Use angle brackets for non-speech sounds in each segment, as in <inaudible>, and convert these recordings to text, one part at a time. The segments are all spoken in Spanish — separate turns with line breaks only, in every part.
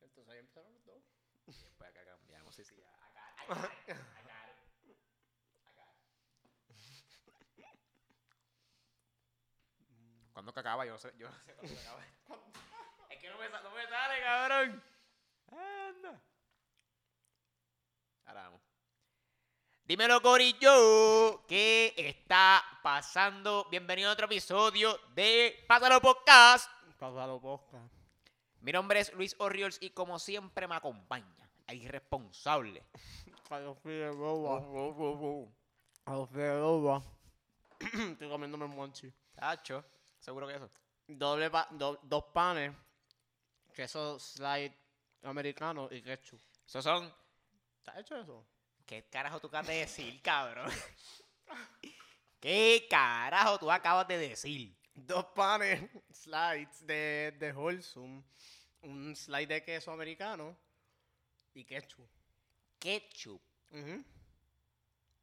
Entonces ahí empezaron los dos.
Y después Pues acá cambiamos. Sí, sí, ya. I got it, I got it, I got it. I got it. Mm, ¿Cuándo que acaba? Yo no sé, yo no sé cuándo que <laughs> acaba. es que no me, sa- no me sale, cabrón. Anda. Ahora vamos. Dímelo, Corillo, ¿qué está pasando? Bienvenido a otro episodio de Pásalo Podcast.
Pasado posca.
Mi nombre es Luis Oriols y como siempre me acompaña el irresponsable,
Cuando fui de boba. Cuando fui de boba. <clears throat> Estoy comiéndome un monchi.
Tacho, seguro que eso.
Doble pa- do- dos panes. Queso slide americano y ketchup.
Esos son.
¿Está hecho eso?
¿Qué carajo tú acabas de decir, <laughs> cabrón? ¿Qué carajo tú acabas de decir?
Dos panes <laughs> slides de, de Wholesome. Un slide de queso americano y ketchup.
Ketchup.
Ujú.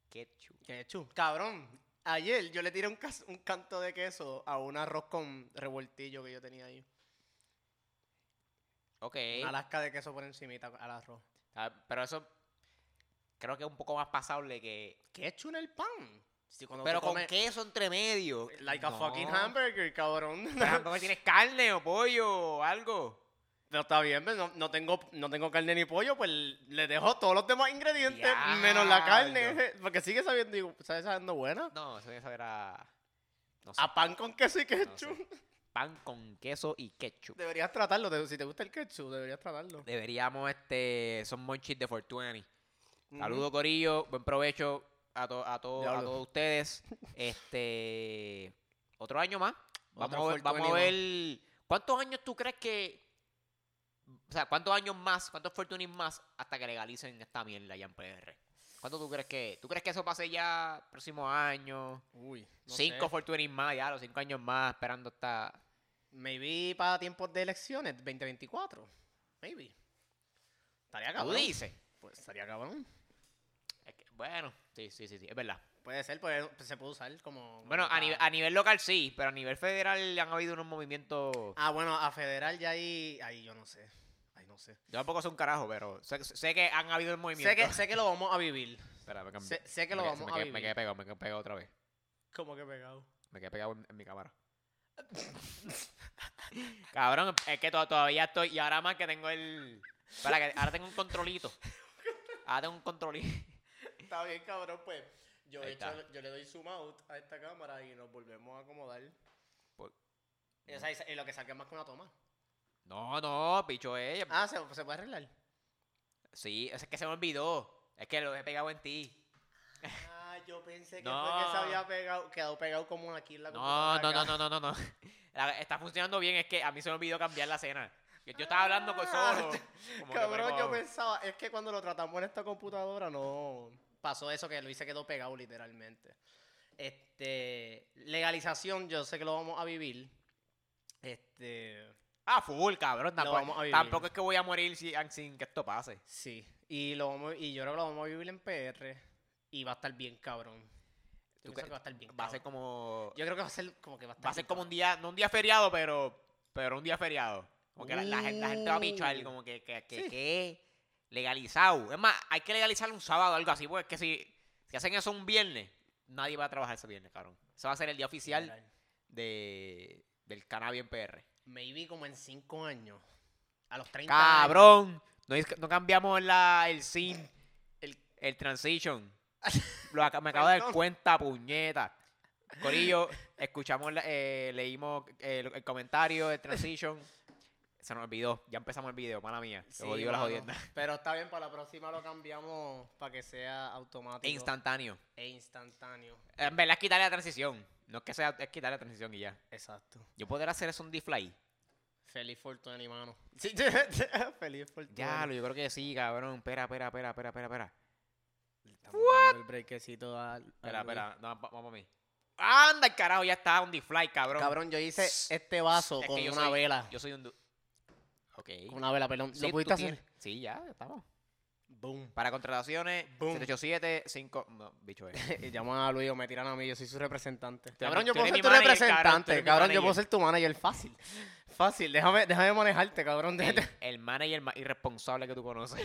Ketchup.
Ketchup. Cabrón, ayer yo le tiré un, cas- un canto de queso a un arroz con revoltillo que yo tenía ahí.
Ok.
Una lasca de queso por encimita al arroz.
Ah, Pero eso creo que es un poco más pasable que.
Ketchup en el pan. Si cuando
Pero
tú
con
comes-
queso entre medio.
Like a
No.
fucking hamburger, cabrón. <laughs>
Pero tampoco tienes carne o pollo o algo.
Pero está bien, pero no, no tengo, no tengo carne ni pollo, pues le dejo todos los demás ingredientes, menos la carne, <laughs> porque sigue sabiendo, igu- sabe sabiendo buena.
No, eso debe saber a. No sé.
A pan con queso y
no sé.
ketchup. <laughs>
Pan con queso y ketchup.
Deberías tratarlo, de- si te gusta el ketchup, deberías tratarlo.
Deberíamos, este. Son monchis de Fortuny. Saludos, Corillo. Buen provecho a, to- a, to- a
Diablo.
todos ustedes. Este. Otro año más. Vamos,
Otro
a ver, vamos a
420
ver. ¿Cuántos años tú crees que.? O sea, ¿cuántos años más, cuántos Fortunis más hasta que legalicen esta mierda allá en PR? ¿Cuánto tú crees que.? ¿Tú crees que eso pase ya próximo año?
Ujú. Uy, no
cinco
sé.
Fortunis más, ya, los cinco años más esperando hasta.
Maybe para tiempos de elecciones, 2024. Maybe. Estaría
¿Tú
cabrón.
dices?
Pues estaría cabrón.
Es que, bueno, sí, sí, sí, sí, es verdad.
Puede ser, pues, pues, se puede usar como...
Bueno,
como
a,
pa-
nive- a nivel local sí, pero a nivel federal han habido unos movimientos.
Ah, bueno, a federal ya ahí... Ahí yo no sé. Ahí no sé.
Yo tampoco sé un carajo, pero sé, sé que han habido
Sé
movimientos.
que, sé que lo vamos a vivir.
Espera, me cambié.
Sé, sé que
Me
lo
quedé-
vamos
me
a
quedé-
vivir.
Me quedé pegado, me quedé pegado otra vez.
Como que pegado.
Me quedé pegado en, en mi cámara. Cabrón, es que to- todavía estoy. Y ahora más que tengo el. Espera, que ahora tengo un controlito. Ahora tengo un controlito.
Está bien, cabrón, pues. Yo,
Ahí
he hecho-
está.
yo le doy zoom out a esta cámara y nos volvemos a acomodar.
Por-
Y, o sea, y sa- y lo que salga es más que una toma.
Mm. No, no, picho, eh.
Ah, ¿se, se puede arreglar?
Sí, es que se me olvidó. Es que lo he pegado en ti.
Ah, yo pensé que fue
No.
que se había pegado, quedado pegado como aquí en la
No, no,
computadora
no,
acá.
no, no, no, no. La- Está funcionando bien, es que a mí se me olvidó cambiar la cena. Yo, yo estaba hablando con
Ah,
solo.
<laughs>
como que
Cabrón,
fue
yo
como-
pensaba, es que cuando lo tratamos en esta computadora no pasó eso que Luis se quedó pegado literalmente. Este, legalización, yo sé que lo vamos a vivir. Este,
Ah, full, cabrón.
Lo
Tampoco,
vamos a vivir.
tampoco es que voy a morir si- an- sin que esto pase.
sí, y lo vamos, y yo creo que lo vamos a vivir en PR y va a estar bien cabrón. Yo
¿Tú
pienso
cre-
que va a estar bien
Va a ser
cabrón.
como.
Yo creo que va a ser como que va a estar
Va a ser
bien
como un
cabrón.
día, no un día feriado, pero. Pero un día feriado. Como que la, la gen- la gente va a pichar,
Uh.
como que, que, que,
Sí.
que legalizado. Es más, hay que legalizar un sábado o algo así, porque es que si, si hacen eso un viernes, nadie va a trabajar ese viernes, cabrón. Ese va a ser el día oficial
Literal.
de, del cannabis en PR.
Maybe como en 5 años. A los 30 años.
Cabrón, no, es- no cambiamos la, el sim, el, el transition. Lo aca- me acabo de dar
Perdón.
cuenta, puñeta. Corillo, escuchamos, la- eh, leímos eh, el, el comentario del transition. Se nos olvidó, ya empezamos el video, mala mía. Se
Sí,
jodió la
mano.
jodienda.
Pero está bien, para la próxima lo cambiamos para que sea automático
Instantáneo.
e instantáneo.
En verdad es quitarle la transición. No es que sea, es quitarle la transición y ya.
Exacto.
Yo podría hacer eso en D-Fly.
Feliz Fortuna, mano. Sí, <laughs> feliz Fortuna.
Ya, yo creo que sí, cabrón. Espera, espera, espera, espera, espera, espera.
el brequecito a,
Espera, espera, no, va- vamos a mí. Anda, el carajo, ya está on the fly, cabrón.
Cabrón, yo hice este vaso
Es
con
que yo
una
soy-
vela.
Yo soy un du- Ok.
Con una vela, perdón.
Sí,
¿Lo
tú
pudiste hacer?
tienes- Sí, ya, estamos.
<laughs> Boom.
Para contrataciones,
Boom.
787 5 No, <laughs> bicho es.
Llaman a Luis o me tiran a mí, yo soy su representante.
eres
Cabrón,
mi-
yo
tú
puedo
eres
ser
mi
tu
manager, cabrón, tú
representante.
eres mi
Cabrón, yo puedo
manager.
ser tu manager fácil. Fácil, déjame, déjame manejarte, cabrón.
El,
déjate-
el manager más irresponsable que tú conoces.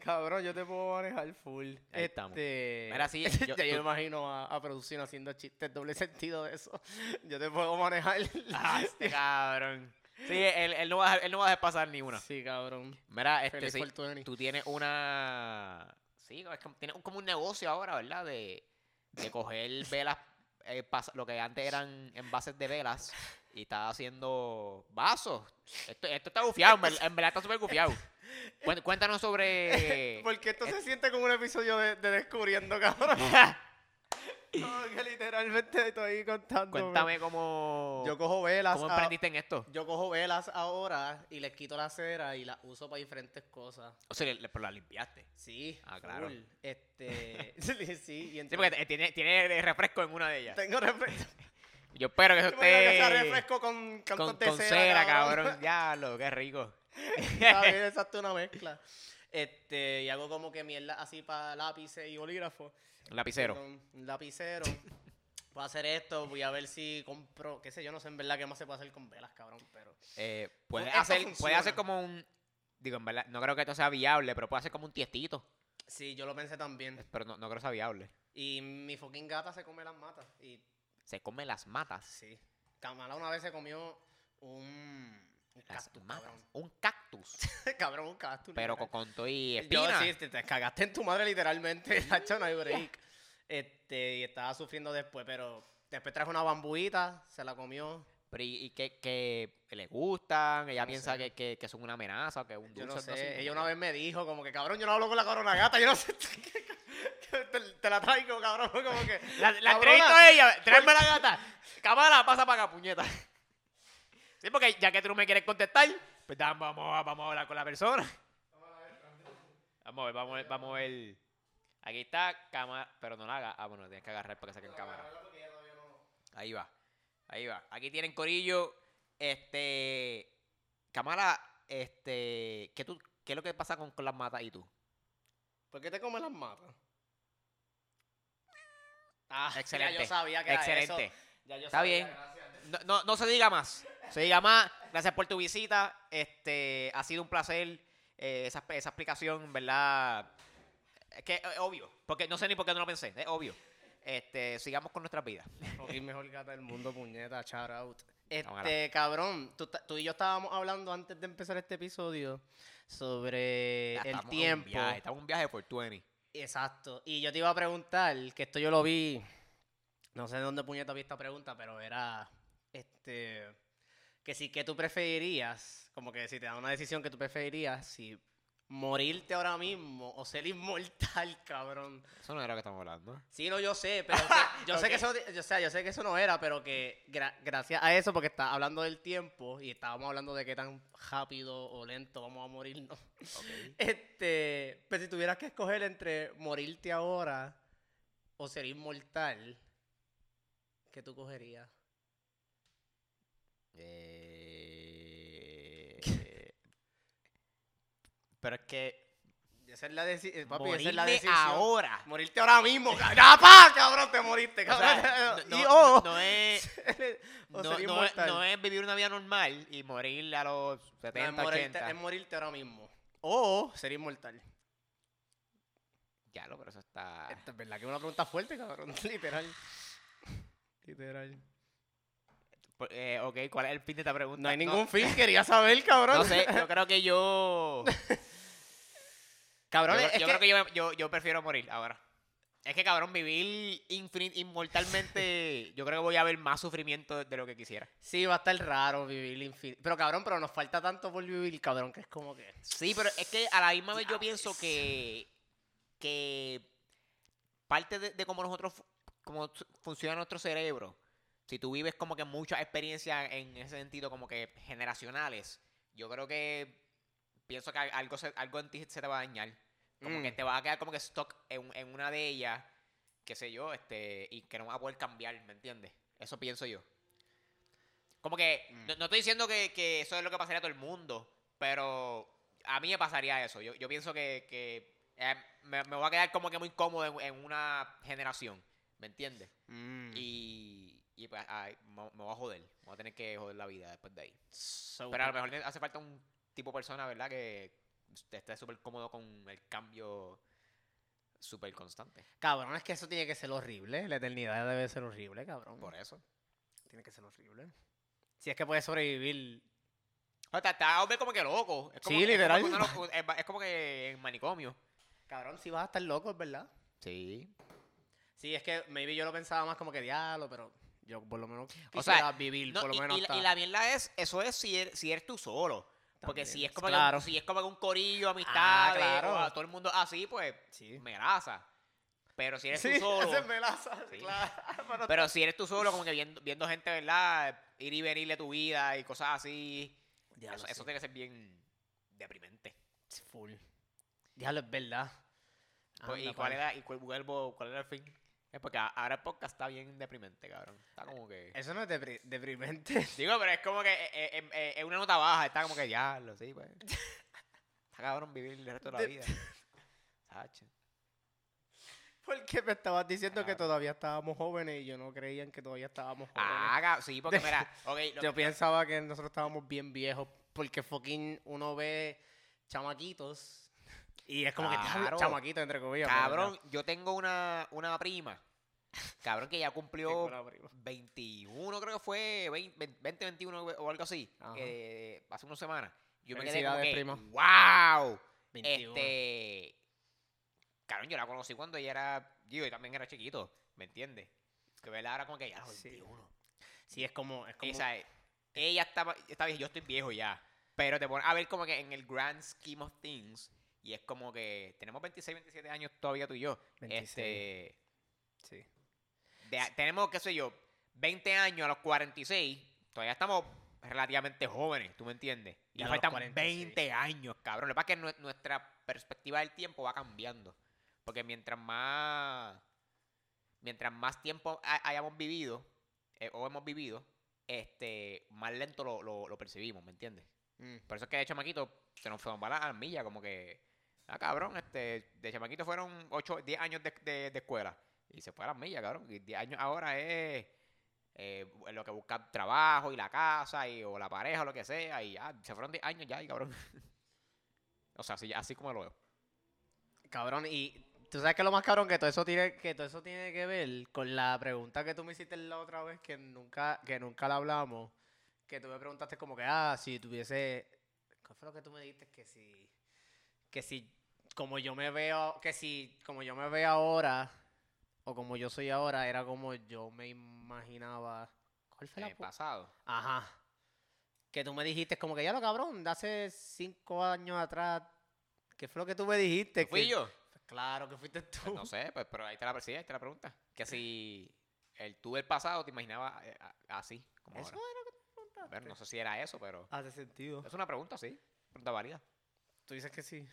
Cabrón, yo te puedo manejar full.
Ahí estamos.
Este,
Mira,
<laughs>
sí,
ya
yo-
yo,
tú-
me imagino a, a producción haciendo chistes doble sentido de eso. <laughs> Yo te puedo manejar.
<laughs>
<laughs>
Ah, este cabrón. Sí, él, él no va, a- él no va a dejar pasar ni una.
Sí, cabrón.
Mira, este,
Feliz
sí,
por Tony.
tú tienes una. Sí, es como- tienes como un negocio ahora, ¿verdad? De, de coger
<laughs>
velas, eh, pas- lo que antes eran envases de velas, y estás haciendo vasos. Esto, esto está gufiado, en, ver- en verdad está súper gufiado. Cuen- Cuéntanos
<laughs>
sobre.
Porque esto se siente como un episodio de, de
<laughs>
Descubriendo, <laughs> cabrón. Como que literalmente estoy ahí contando.
Cuéntame cómo.
Yo cojo velas.
¿Cómo
a-
emprendiste en esto?
Yo cojo velas ahora y les quito la cera y las uso para diferentes cosas.
O sea, le- pero la limpiaste.
Sí.
Ah, claro.
full. Este. <laughs> sí, sí, y
Sí, porque
entonces-
te- tiene, tiene refresco en una de ellas.
Tengo refresco.
Yo espero que eso
Yo me imagino que sea
esté
refresco con cantos
Este, con, con
de
cera, cabrón. Ya, lo qué rico.
<laughs> Está
<laughs>
bien, exacto, una mezcla. Este, y hago como que mierda así para lápices y bolígrafos.
Un lapicero.
Con un lapicero. Voy a hacer esto, voy a ver si compro, qué sé yo, no sé en verdad qué más se puede hacer con velas, cabrón, pero...
Eh, puede,
esto
hacer, puede
funciona.
hacer como un. Digo, en verdad, no creo que esto sea viable, pero puede hacer como un tiestito. eh,
Sí, yo lo pensé también.
Pero no, no creo que sea viable.
Y mi fucking gata se come las matas. Y
Se comen las matas.
sí, Kamala una vez se comió un... Un
Las
cactus,
matas.
cabrón.
Un cactus.
<laughs> cabrón, un cactus.
pero
literal.
con, con todo y
Yo
espina.
sí, te, te cagaste en tu madre literalmente, Nacho, no hay break. Este, y estaba sufriendo después, pero después trajo una bambuita, se la comió.
Pero y, y que, que le gustan. Ella
No
piensa
sé.
que, que, que son una amenaza o que un dulce.
Yo no
algo así,
sé, ella
creo.
una vez me dijo como que, cabrón, yo no hablo con la corona gata, yo no sé, <laughs> que te, te la traigo, cabrón, como que...
La, la
Cabrona.
entrevista a ella, tráeme la gata. Cámara, pasa para acá, puñeta. Sí, porque ya que tú no me quieres contestar, pues da- vamos, a- vamos a hablar con la persona. Vamos a ver, vamos a ver, vamos a ver. Aquí está cámara, pero no la haga. Ah, bueno, tienes que agarrar para que saquen cámara. Ahí va, ahí va. Aquí tienen Corillo, este... Cámara, este... ¿Qué, tú, qué es lo que pasa con, con las matas y tú?
¿Por qué te comes las matas? Ah, ya
Excelente,
yo sabía que era eso.
excelente.
Ya yo
Está
sabía,
bien.
gracias.
No, no, no se diga más. Se diga más. Gracias por tu visita. Este, ha sido un placer eh, esa, esa explicación, en ¿verdad? Es que es obvio. Porque no sé ni por qué no lo pensé. Es obvio. Este, sigamos con nuestras vidas.
Fucking mejor gata del mundo, puñeta, shout out.
Cámara.
Este, cabrón, tú, ta- tú y yo estábamos hablando antes de empezar este episodio sobre
Ya,
el
estamos en un
tiempo.
viaje, estamos en un viaje por 20.
Exacto. Y yo te iba a preguntar, que esto yo lo vi, no sé de dónde puñeta vi esta pregunta, pero era, este, que si, que tú preferirías? Como que si te dan una decisión que tú preferirías, si morirte ahora mismo o ser inmortal, <laughs> cabrón.
Eso no era lo que estamos hablando.
Sí, no, yo sé, pero <laughs> que- yo sé que eso, yo, sé, yo sé que eso no era, pero que gra- gracias a eso, porque está hablando del tiempo y estábamos hablando de qué tan rápido o lento vamos a morirnos. <laughs> Este, pero si tuvieras que escoger entre morirte ahora o ser inmortal, ¿qué tú cogerías?
Eh, pero es que.
Esa es la, deci- eh, papi, esa es la
Morirme
decisión.
ahora.
Morirte ahora mismo, cabrón. ¡Apa! Cabrón, te moriste,
O
cabrón.
<laughs> sea, no,
<laughs> y,
no-
oh,
no es. No,
o ser
no es,
inmortal.
no es vivir una vida normal y morir a los
No, es
70,
morirte,
80.
es morirte ahora mismo. O ser inmortal.
Ya lo, pero eso está.
Esto es verdad que es una pregunta fuerte, cabrón. <laughs> Literal. Literal.
Por- eh, ok, ¿cuál es el fin de esta pregunta?
No hay ningún fin, quería saber, cabrón.
No, sé, yo creo que yo.
<laughs> Cabrón,
yo
es
yo
que-
creo que yo, yo, yo prefiero morir ahora. Es que, cabrón, vivir infinit- inmortalmente. yo creo que voy a ver más sufrimiento de, de lo que quisiera.
Sí, va a estar raro vivir infinito. Pero cabrón, pero nos falta tanto por vivir, cabrón, que es como que.
Sí, pero es que a la misma vez yo
Diablos.
pienso que. que. parte de, de cómo nosotros. fu- cómo su- funciona nuestro cerebro. Si tú vives como que muchas experiencias en ese sentido, como que generacionales, yo creo que. pienso que al- algo, se- algo en ti se te va a dañar. Como que
Mm.
te vas a quedar como que stuck en, en una de ellas, qué sé yo, este, y que no vas a poder cambiar, ¿me entiendes? Eso pienso yo. Como que, no,
Mm.
no estoy diciendo que, que eso es lo que pasaría a todo el mundo, pero a mí me pasaría eso. Yo, yo pienso que, que, eh, me, me voy a quedar como que muy cómodo en, en una generación, ¿me entiendes?
Mm.
Y, y pues, ay, me, me voy a joder. Me voy a tener que joder la vida después de ahí.
So,
Pero a lo
tú-
mejor le hace falta un tipo de persona, ¿verdad? Que esté súper cómodo con el cambio súper constante.
Cabrón, es que eso tiene que ser horrible. La eternidad debe ser horrible, cabrón.
Por eso.
Tiene que ser horrible. Si es que puedes sobrevivir.
O sea, está hombre como que loco. Es como
Sí,
que- es como
literal.
que uno lo- Es es como que en manicomio.
Cabrón, si vas a estar loco, es verdad.
Sí.
Sí, es que maybe yo lo pensaba más como que diablo, pero yo por lo menos quisiera
O sea,
vivir,
No,
por
y,
lo menos
y la-
hasta-
y la mierda es, eso es si eres, si eres tú solo. Porque si
También,
es como
claro.
que un, si es como que un corillo, amistad,
claro.
o a todo el mundo así, pues
Sí. <laughs>
me grasa. Pero si eres
Sí, <laughs>
tú solo.
hacen melaza,
Sí.
claro. <laughs> para-
Pero si eres tú solo, como que viendo, viendo gente, ¿verdad? Ir y venir de tu vida y cosas así.
Diablo,
eso,
sí.
eso tiene que ser bien deprimente.
Es Full. Diablo, es verdad.
Pues, ¿Y
Anda,
cuál
pal.
era, y cuál, vuelvo- cuál era el fin? Es porque a- ahora el podcast está bien deprimente, cabrón. Está como que.
Eso no es depri- deprimente. <laughs>
Digo, pero es como que eh, eh, em- eh, es una nota baja, está como que ya, lo sí,
<laughs>
pues. Está cabrón vivir el resto de la
De- <laughs>
vida. Sacho.
Porque me estabas diciendo que
Claro.
todavía estábamos jóvenes y yo no creía en que todavía estábamos jóvenes.
Ah, cab- sí, porque
De- <laughs>
mira, ok, lo
Yo
que-
pensaba que nosotros estábamos bien viejos porque fucking uno ve chamaquitos y es como que
Claro.
"Diablo, chamaquito entre comillas. pero
cabrón, yo tengo una, una prima, cabrón, que ya
ya,
cumplió
tengo la prima.
21, creo que fue, 20, 20, 21 o algo así,
Ajá.
que hace unas semanas. Yo me quedé como
Felicidades,
que,
prima.
wow,
21.
este, cabrón, yo la conocí cuando ella era, digo, yo también era chiquito, ¿me entiendes? Que verdad, ahora como que ya, los
Sí.
21.
Sí, es como, es como
Esa es. Ella estaba, está vieja, yo estoy viejo ya. Pero te pones a ver como que en el grand scheme of things. Y es como que tenemos 26, 27 años todavía tú y yo.
26.
Este,
sí.
de- tenemos, qué sé yo, 20 años a los 46. Todavía estamos relativamente jóvenes, ¿tú me entiendes?
Y
Y
a los
faltan
46.
20 años, cabrón. Lo que pasa es que nue- nuestra perspectiva del tiempo va cambiando. Porque mientras más mientras más tiempo ha- hayamos vivido eh, o hemos vivido, este, más lento lo, lo- lo percibimos, ¿me entiendes?
Mm.
Por eso es que de chamaquito se nos fueron balas a la milla, como que, ah, cabrón, este, de chamaquito fueron 8, 10 años de, de- de escuela y se fue a las millas, cabrón. Y 10 años ahora es eh, lo que buscar trabajo y la casa y, o la pareja o lo que sea y ya, se fueron 10 años ya, y cabrón. <laughs> o sea, así, así como lo veo.
Cabrón, y tú sabes que lo más cabrón que todo eso tiene que todo eso tiene que ver con la pregunta que tú me hiciste la otra vez que nunca que nunca la hablamos, que tú me preguntaste como que ah, si tuviese ¿Qué fue lo que tú me dijiste que si que si como yo me veo, que si como yo me veo ahora o como yo soy ahora era como yo me imaginaba ¿Cuál fue la
Eh,
pu-
pasado.
Ajá. Que tú me dijiste como que ya lo cabrón, de hace cinco años atrás. ¿Qué fue lo que tú me dijiste?
¿Fui
Que-
yo?
Claro que fuiste tú.
Pues no sé, pues, pero ahí está la, pre- sí, ahí está la pregunta. Que si el tú del pasado te imaginaba eh, a- así, como
Eso
ahora.
era lo que tú
A ver,
preguntaste.
no sé si era eso, pero
Hace sentido.
es una pregunta, sí. Pregunta válida.
Tú dices que sí.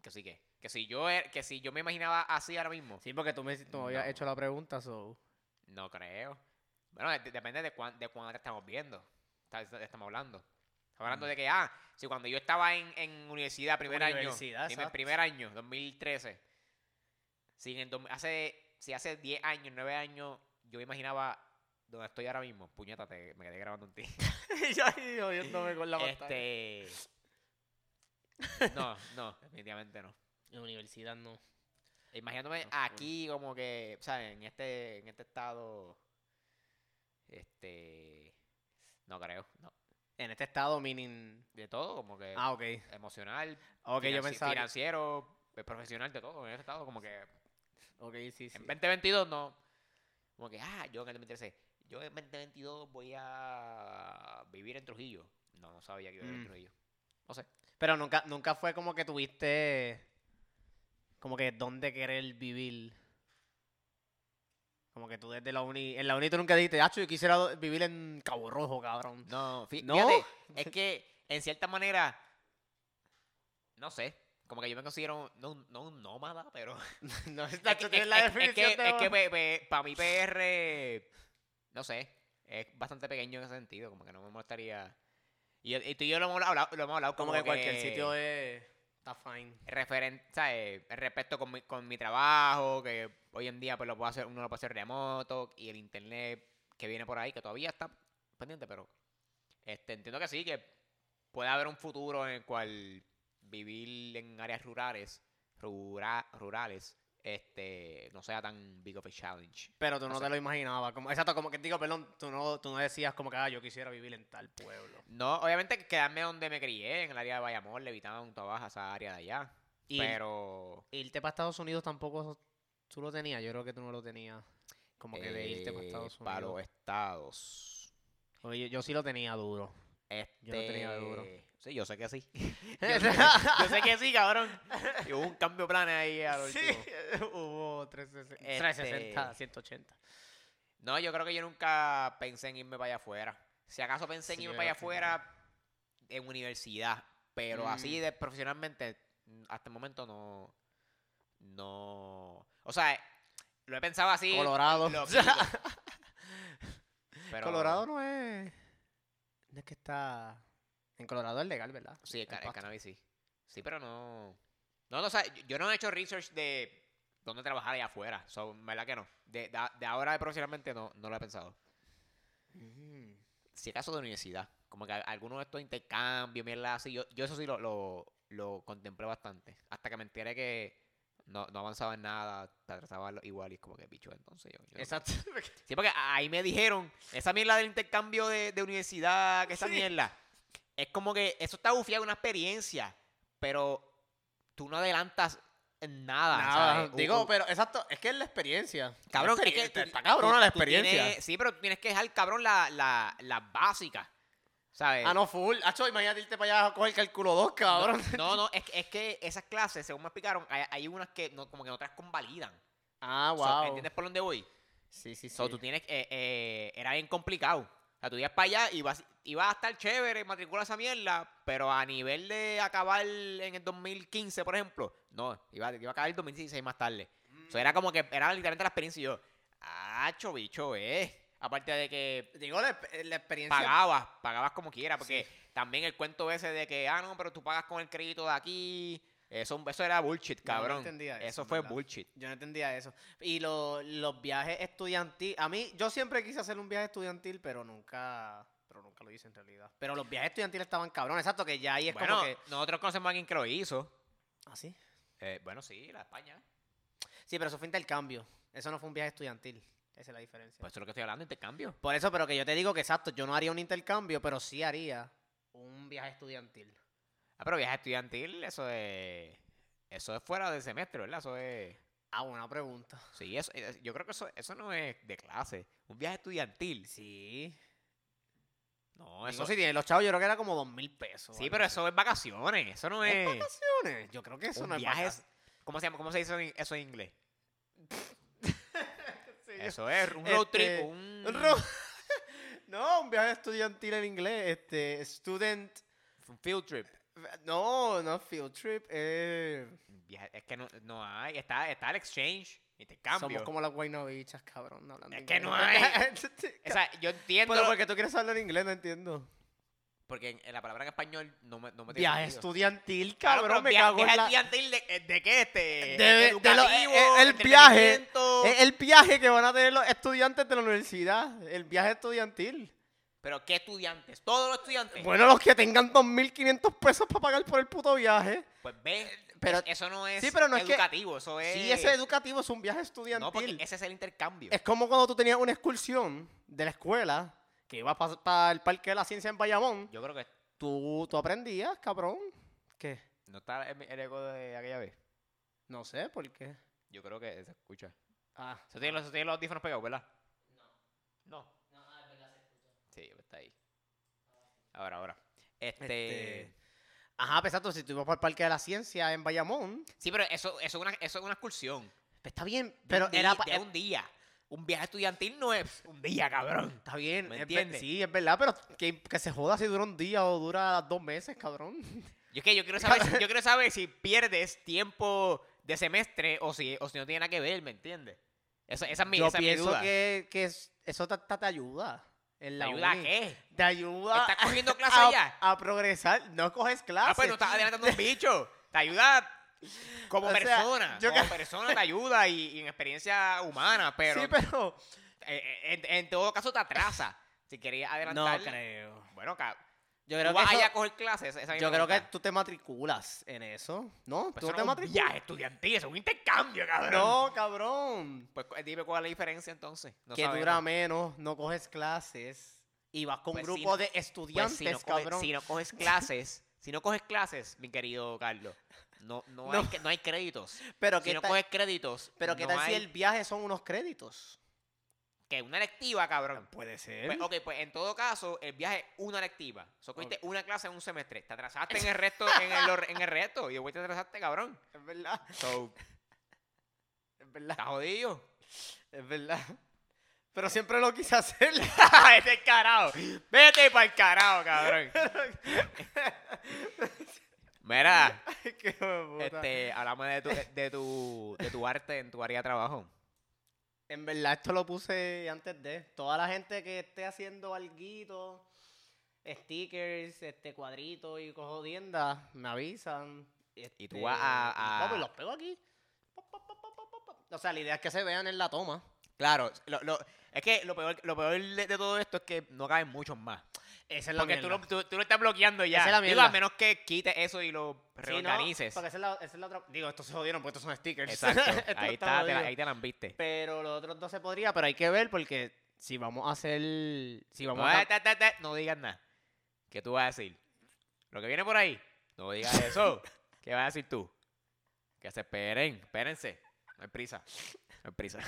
Que sí que. Que si yo er- que si yo me imaginaba así ahora mismo.
Sí, porque tú me, tú me habías
No.
hecho la pregunta, so.
No creo. Bueno, de- depende de cuán, de cuándo te estamos viendo. Está- está- Estamos hablando. Estamos
Mm.
hablando de que, ah, si cuando yo estaba en, en universidad, primer
Universidad,
año. en el
exacto.
primer año, 2013. Si, en el dos- hace, si hace 10 años, 9 años, yo me imaginaba donde estoy ahora mismo. Puñeta, te- me quedé grabando un ti.
y <laughs> yo ahí jodiéndome con la pantalla.
Este. No, no, definitivamente no.
En universidad no.
Imaginándome
No,
aquí como que, ¿sabes? En este, en este estado, este, no creo, no.
En este estado, meaning.
De todo, como que
Ah, ok.
emocional,
Ok, yo
financi-
pensaba. que-
financiero, eh, profesional, de todo. En este estado como que
Ok, sí, sí.
en 2022 no, como que, ah, yo en el 2013, yo en 2022 voy a vivir en Trujillo. No, no sabía que iba a vivir
Mm.
en Trujillo.
Pero nunca, nunca fue como que tuviste como que dónde querer vivir. Como que tú desde la uni, en la uni tú nunca dijiste, ah, yo quisiera do- vivir en Cabo Rojo, cabrón. <laughs>
No, fí-
¿No?
fíjate, es que en cierta manera, no sé, como que yo me considero no, un- no un nómada, pero...
no, es
Es que-
tú
es-
tienes
es-
la
es que-
definición de-
Es que para mí PR, no sé, es bastante pequeño en ese sentido, como que no me molestaría. Y, yo- y tú y yo lo hemos hablado, lo hemos hablado
Como,
como,
que, cualquier sitio es, está fine.
referente, ¿sabes? Respecto con mi, con mi trabajo, que hoy en día pues lo puedo hacer, uno lo puede hacer remoto, y el internet que viene por ahí, que todavía está pendiente, pero este, entiendo que sí, que puede haber un futuro en el cual vivir en áreas rurales, rura- rurales, este, no sea tan big of a challenge.
Pero tú no
O sea-
te lo imaginabas. Como, exacto, como que digo, perdón, tú no, tú no decías como que ah, yo quisiera vivir en tal pueblo.
No, obviamente quedarme donde me crié, en el área de Bayamón, Levitán, Tobaja, esa área de allá.
Y-
pero
Irte para Estados Unidos tampoco tú lo tenías. Yo creo que tú no lo tenías. Como que de irte para
eh,
Estados
para
Unidos.
los estados.
Porque yo, yo sí lo tenía
<laughs>
duro.
Este...
tenía duro.
Sí, yo sé que
<laughs>
sí. yo, sé, <laughs> yo sé que sí, cabrón. Y hubo un cambio de planes ahí a lo último.
<laughs> hubo 360,
Este-
360 180.
No, yo creo que yo nunca pensé en irme para allá afuera. Si acaso pensé en
Sí,
irme
yo
para allá
creo que no.
afuera en universidad, pero así
Mm.
de profesionalmente mm, hasta el momento no no, o sea, lo he pensado así
Colorado. <laughs>
loquito, pero-
Colorado no es. No es que está. En Colorado es legal, ¿verdad?
Sí, el, ca- el
pasto.
cannabis sí. Sí, pero no. No, no, o sea, yo- yo no he hecho research de dónde trabajar allá afuera. So, en verdad que no. De, de, de ahora de profesionalmente no, no lo he pensado.
Mm.
Si acaso de universidad. Como que a- alguno de estos intercambios, mierda así. Yo, yo eso sí lo, lo, lo contemplé bastante. Hasta que me enteré que no, no avanzaba en nada. Te trataban lo- igual y es como que bicho. Entonces yo. yo no-
Exacto. <laughs>
Sí, porque a- ahí me dijeron, esa mierda del intercambio de, de universidad, que esa
Sí.
mierda. Es como que eso está bufiado una experiencia, pero tú no adelantas en nada.
Nada,
¿sabes? U-
digo,
u-
pero exacto, es que es la experiencia.
cabrón,
La
es que
experien-
tú-
está
tú-
cabrona la
tú tienes-
experiencia.
sí, pero tú tienes que dejar, cabrón, la, la, las básicas, ¿sabes?
Ah, no, full. Hacho, imagínate irte para allá a coger cálculo 2, cabrón.
No, no, es, que- es que esas clases, según me explicaron, hay, hay unas que no, como que otras convalidan.
Ah,
So,
wow.
¿Entiendes por dónde voy?
Sí, sí, sí.
So, tú tienes, eh, eh, era bien complicado. O sea, tú ibas para allá y vas, ibas a estar chévere, matricula esa mierda, pero a nivel de acabar en el 2015, por ejemplo, no, iba, iba a acabar el 2016 más tarde.
Mm.
So, era como que, era literalmente la experiencia y yo, ah, bicho, eh. Aparte de que
Digo, la, exp- la experiencia.
pagabas, pagabas como quiera, porque también el cuento ese de que, ah, no, pero tú pagas con el crédito de aquí, eso, eso era bullshit,
Yo no
cabrón.
entendía eso,
eso
en
fue
verdad.
bullshit.
Yo no entendía eso. Y lo- los viajes estudiantiles. A mí, yo siempre quise hacer un viaje estudiantil, pero nunca. Pero nunca lo hice en realidad. Pero los viajes estudiantiles estaban cabrones. Exacto, que ya ahí es
bueno,
como que.
nosotros conocemos a alguien que lo hizo.
¿Ah, sí?
Eh, bueno, sí, la España.
Sí, pero eso fue intercambio. Eso no fue un viaje estudiantil. Esa es la diferencia.
Pues eso es lo que estoy hablando, intercambio.
Por eso, pero que yo te digo que exacto, yo no haría un intercambio, pero sí haría un viaje estudiantil.
Ah, pero viaje estudiantil, eso es. Eso es fuera del semestre, ¿verdad? Eso es.
Ah, buena pregunta.
Sí, eso, eh, yo creo que eso, eso no es de clase. Un viaje estudiantil.
Sí.
No,
Digo,
eso.
si tienen los chavos, yo creo que era como dos mil pesos.
sí,
algo
pero
así.
eso es vacaciones. Eso no
¿Es
es.
vacaciones? Yo creo que eso
un
no es
viaje
vacaciones.
es- ¿Cómo se llama? ¿Cómo se dice eso en- eso en inglés?
Sí. <laughs>
Eso es un road
Eh, Este,
trip. Un,
Un ro- no, un viaje estudiantil en inglés. Este, student.
un field trip.
No, no field trip. Eh,
Un viaje- es que no, no hay. Está, está el exchange. Intercambio.
somos como las guaynabichas, cabrón. no hablando
Es que no
inglés.
hay. O sea, yo entiendo.
<laughs> pero porque tú quieres hablar inglés, no entiendo.
Porque en, en la palabra en español no me, no me tiene
Viaje
sentido.
estudiantil,
Claro,
cabrón.
pero
me
via-
cago en
viaje
la...
estudiantil de, de qué este
de lo-
Educativo,
eh, el viaje, eh,
entretenimiento.
Es el viaje que van a tener los estudiantes de la universidad. El viaje estudiantil.
pero qué estudiantes todos los estudiantes
Bueno, los que tengan 2.500 pesos para pagar por el puto viaje.
pues ve
pero-
pero eso no es
sí, pero no es que-
educativo eso es
Sí, ese educativo es un viaje estudiantil.
Pues. no porque ese es el intercambio
Es como cuando tú tenías una excursión de la escuela que ibas para el Parque de la Ciencia en Bayamón.
yo creo que
Tú, tú aprendías, cabrón. ¿Qué?
no está el, el eco de aquella vez
No sé por qué.
yo creo que se escucha
Ah.
eso tiene los, eso tiene los audífonos pegados verdad no no sí está ahí ahora ahora este,
Este, Ajá, pues, exacto. Si tú ibas para el Parque de la Ciencia en Bayamón,
sí pero eso eso es una eso es una excursión
pues está bien,
de
pero
un día-
era pa-
de un día. Un viaje estudiantil no es un día, cabrón.
Está bien,
¿Me
es ver-
entiendes?
sí, es verdad, pero que, que se joda si dura un día o dura dos meses, cabrón.
Yo es que yo quiero saber, si- yo quiero saber si pierdes tiempo de semestre o si, o si no tiene nada que ver, ¿me entiendes? Esa, esa es mi,
Yo
esa es mi
pienso
duda.
que, que es- eso te, te- te ayuda.
¿Te
En la
ayuda a
uni.
qué?
Te ayuda
¿Estás
a- <laughs>
cogiendo clase
a,
ya?
a progresar. No coges clases.
Ah, pues no estás adelantando
<laughs>
un bicho. Te ayuda como
O sea,
persona.
yo
como
que-
persona te ayuda y, y en experiencia humana, pero
Sí, pero...
eh, en, en todo caso te atrasa. Si querías
No
adelantar.
creo.
Bueno, ca-
Yo
tú
creo que,
vas ahí
eso-
a coger clases. esa
yo
misma
creo que
voluntad.
tú te matriculas en eso. ¿No?
Pues eso
¿Tú te
no es un
matriculas?
viaje estudiantil, eso es un intercambio, cabrón.
No, cabrón.
Pues cu- dime cuál es la diferencia entonces. No
que
sabemos.
dura menos, no coges clases y vas con
Pues
un
si
grupo
no-
de
Pues
estudiantes,
si no, coges,
cabrón.
si no coges <laughs> clases, si no coges clases, mi querido Carlos, no, no, Hay,
No.
que- no hay créditos.
pero
Si
qué
no
tal,
coges créditos,
pero qué
no
tal
hay-
si el viaje son unos créditos.
Que una electiva, cabrón.
Puede ser.
Pues, ok, pues en todo caso, el viaje es una electiva. Solo cogiste una clase en un semestre. Te atrasaste <laughs> en el resto, en el, lo- en el resto. Y después te atrasaste, cabrón.
es verdad,
<laughs> So,
es verdad,
estás jodido.
es verdad. Pero siempre lo quise
<laughs>
hacer. <laughs>
Vete Este carajo. Vete para el carajo, cabrón. Mira,
Qué hijo de puta.
este, hablamos de tu, de, tu, de tu arte en tu área de trabajo.
En verdad, esto lo puse antes de. Toda la gente que esté haciendo alguito, stickers, este cuadritos y cojo tiendas, me avisan.
Y tú
este,
vas a-
y,
a-
pues, los pego aquí. Pop, pop, pop, pop, pop, pop. O sea, la idea es que se vean en la toma.
Claro, lo- lo- es que lo peor, lo peor de, de todo esto es que no caben muchos más.
Esa es la
Porque tú lo, tú- tú lo estás bloqueando ya.
Esa es la
Digo,
mierda.
a menos que quites eso y lo reorganices.
porque esa es, la, esa es la otra. Digo, estos se jodieron porque estos son stickers.
Exacto.
<laughs> Esto
ahí, está, te
está
la,
jodido.
ahí te la viste.
Pero los otros dos se podría, pero hay que ver porque si vamos a hacer. Si vamos
No,
a.
eh, <laughs> ta, ta, ta, no digas nada. ¿Qué tú vas a decir? Lo que viene por ahí. No
<laughs>
digas eso. ¿Qué vas a decir tú? Que se esperen, espérense. No hay prisa. No hay
<laughs>
prisa.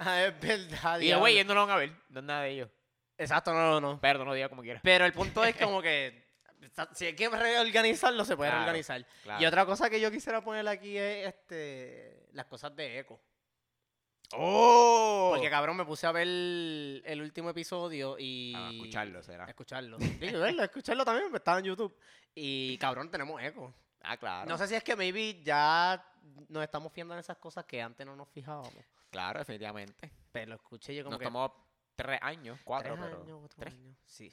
Ah, es verdad.
Y yo, güey,
diablo.
ellos no lo van a ver. No es nada de ellos.
Exacto, no, no, no.
Pero no lo digas como quieras.
Pero el punto es como que está- si hay que reorganizarlo, se puede
Claro,
reorganizar.
Claro.
Y otra cosa que yo quisiera poner aquí es este las cosas de eco.
¡Oh!
Porque cabrón, me puse a ver el, el último episodio y.
Ah, escucharlo será.
Escucharlo. Digo, verlo, escucharlo también, porque estaba en YouTube. Y cabrón, tenemos eco.
Ah, claro.
No sé si es que maybe ya nos estamos fijando en esas cosas que antes no nos fijábamos.
Claro, definitivamente.
Pero lo escuché yo como
Nos
que.
tomó tres años, cuatro,
tres
pero.
años, cuatro
tres.
años. Sí.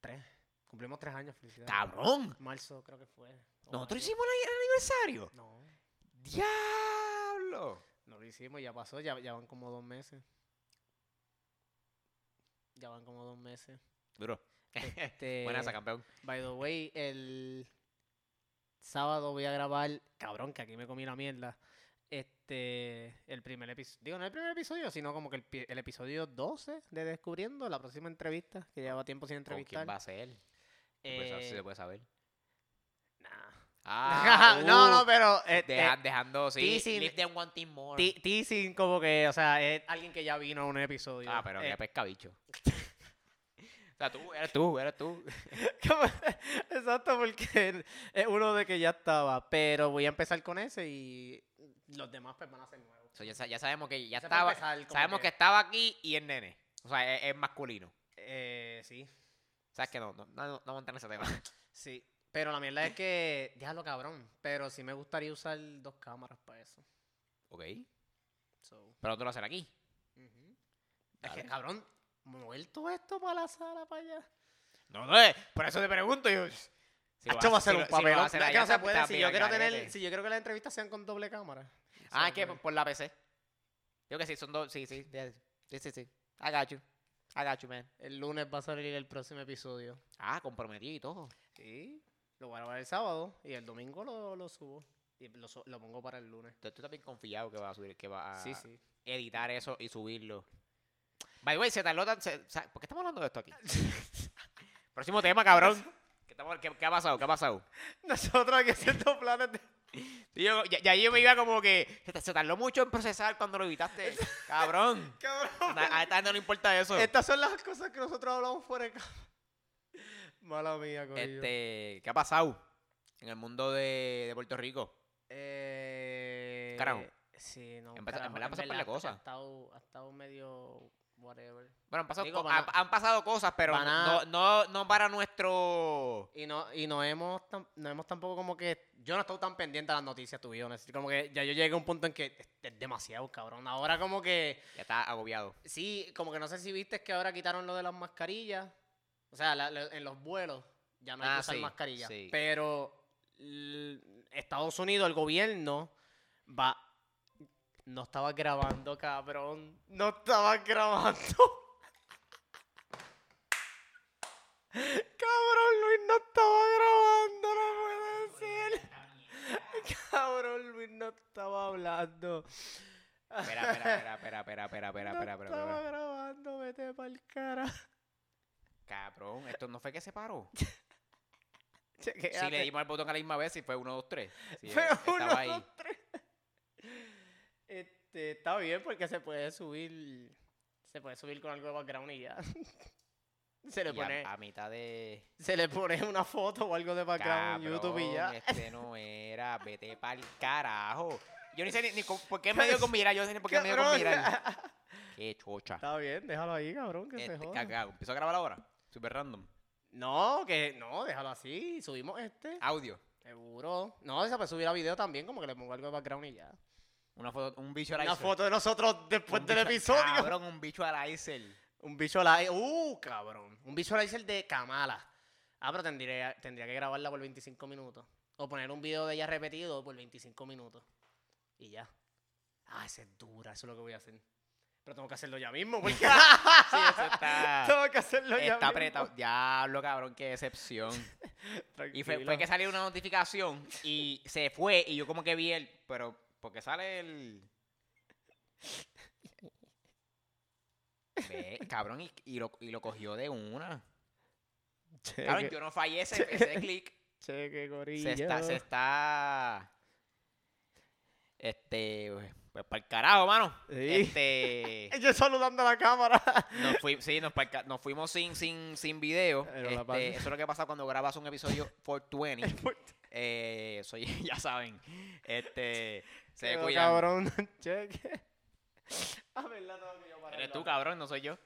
Tres. Cumplimos tres años, felicidades.
¡Cabrón!
Marzo creo que fue. o
Nosotros
mayo.
hicimos el aniversario.
No,
¡Diablo!
no lo hicimos, ya pasó, ya, ya van como dos meses. Ya van como dos meses.
Duro.
Este,
Eh, Buena esa, campeón.
By the way, el sábado voy a grabar. Cabrón, que aquí me comí la mierda. Este, el primer episodio, digo, no el primer episodio, sino como que el, pi- el episodio 12 de Descubriendo, la próxima entrevista, que lleva tiempo sin
¿Con quién
entrevistar.
va a ser? Se puede saber-
Eh,
si se puede saber.
nah.
<laughs> Ah,
<laughs> no,
uh,
no, pero eh,
deja-
eh,
dejando, sí.
teasing-
Leave them wanting more.
Ti- Teasing como que, o sea, es alguien que ya vino a un episodio.
ah, pero
Eh,
qué pesca bicho. <laughs> o sea, tú, eres tú, eres tú.
<laughs> como- Exacto, porque es uno de que ya estaba. Pero voy a empezar con ese y los demás pues van a ser nuevos.
So, ya, sa- ya sabemos que ya
Ese para
estaba.
empezar, como
Sabemos que... estaba aquí y es nene. O sea, es, es masculino. O
Eh, sí,
sea, es que no, no, no, no vamos a entrar en ese tema. <laughs>
sí. Pero la mierda es que, déjalo cabrón, pero sí me gustaría usar dos cámaras para eso.
ok.
So,
Pero tú lo haces aquí.
ujú. Es
Dale.
que, cabrón, mover todo esto para la sala, para allá.
No, no, eh, por eso te pregunto. Yo, si lo
Hacho, va a
haces-
ser
si
un
lo- si lo vas
papelón.
a
No,
hacer
es que
allá,
no se
está-
puede.
está
Si
bien
yo,
al
quiero tener,
garete.
si yo quiero que las entrevistas sean con doble cámara.
Ah, es
Eso
que
es
por,
lo
por la PC. Digo que sí, son dos. Sí, sí. de- Sí, sí, sí. I got you. I got you, man.
El lunes va a salir el próximo episodio.
Ah, comprometido y todo.
Sí. Lo voy a grabar el sábado y el domingo lo, lo subo. Y lo, su- lo pongo para el lunes.
Tú, tú estás bien confiado que vas a subir, que va a
Sí, sí.
editar eso y subirlo. By the way, se tardó tan. se- o sea, ¿Por qué estamos hablando de
<laughs>
esto aquí? Próximo tema, cabrón. ¿Qué, estamos- qué- qué ha pasado? ¿Qué ha pasado?
Nosotros aquí haciendo planes de...
Y <laughs> yo, ya, ya yo me iba como que. Se, ta- se tardó mucho en procesar cuando lo
<laughs>
editaste. cabrón.
Cabrón.
Na- A esta gente no le importa eso.
Estas son las cosas que nosotros hablamos fuera de cámara. <laughs> Mala mía, coño.
Este, ¿Qué ha pasado en el mundo de, de Puerto Rico?
Eh...
Carajo.
Sí, no.
En verdad- en
Eh, carajo,
verdad pasan par de
ha-
cosas.
Ha estado, ha estado medio whatever.
Bueno, han pasado,
Digo,
co-
bana-
ha- han pasado cosas, pero
bana-
no, no, no para nuestro...
Y no, y no hemos tam- no hemos tampoco como que. Yo no he estado tan pendiente a las noticias, tu vida. Como que ya yo llegué a un punto en que es, es demasiado, cabrón. Ahora como que.
Ya está agobiado.
Sí, como que no sé si viste que ahora quitaron lo de las mascarillas. O sea, la- la- en los vuelos ya no hay
Ah,
que usar
sí,
mascarillas.
sí.
Pero l- Estados Unidos, el gobierno, va. No estaba grabando, cabrón. No estaba grabando. <laughs> Cabrón, Luis no estaba grabando, no puede ser. Cabrón, Luis no estaba hablando.
Espera, espera, espera, espera, espera, espera, espera, espera,
no
espera,
estaba
espera.
grabando, vete pa'l cara.
Cabrón, esto no fue que se
<laughs>
paró.
Chequéate.
Sí, le dimos al botón a la misma vez y fue 1, 2, 3. Sí,
Fue
eh,
uno,
estaba ahí.
dos, tres. Este, está bien porque se puede subir. Se puede subir con algo de background y ya. <laughs> Se le
Y ah. a-
pone,
a, mitad de...
se le pone una foto o algo de background en YouTube y ya.
Cabrón, este no era, vete pa'l carajo. Yo ni sé ni, ni con- por qué me dio con mirar, yo no sé ni por qué me dio con
Pues, Cabrón.
mirar. Qué chocha.
<laughs> Está bien, déjalo ahí, cabrón, que se
Este,
joda.
cagado. Empezó a grabar ahora. Super random.
No, que no, déjalo así. Subimos este.
Audio.
Seguro. No, se puede subir a video también, como que le pongo algo de background y ya.
Una foto, un visualizer.
Una foto de nosotros después
Un
del
visual-
episodio.
Cabrón, un visualizer.
Un visualizer. Uh, cabrón. Un visualizer de Kamala. Ah, pero tendría, tendría que grabarla por 25 minutos. O poner un video de ella repetido por 25 minutos. Y ya. Ah, esa es dura. Eso es lo que voy a hacer. Pero tengo que hacerlo ya mismo. <laughs> Porque...
Sí,
<laughs>
eso está.
tengo que hacerlo ya
Está
mismo.
apretado. Diablo, cabrón, qué decepción. Y fue, fue
Tranquilo.
que salió una notificación y se fue y yo como que vi el... Pero, ¿por qué sale
<laughs>
el...? Ve, cabrón, y, y lo, y lo cogió de una.
Cheque,
Cabrón, yo no fallé
<laughs>
ese, ese clic.
cheque, gorillo.
Se está, se está... Este... Pues para el carajo, mano.
Sí. <laughs>
Este...
Yo saludando a la <laughs> cámara.
Nos fui- sí, nos, parca- nos fuimos sin, sin, sin video.
Pero la
Este,
pan-
eso es lo que pasa cuando grabas un episodio 420.
Por-
Eh, soy, <laughs> ya saben. Este, se
Pero,
cuidan.
<laughs> Cabrón, cheque. A ver, la tengo que yo
Eres
pararlo
tú,
acá.
cabrón, no soy yo.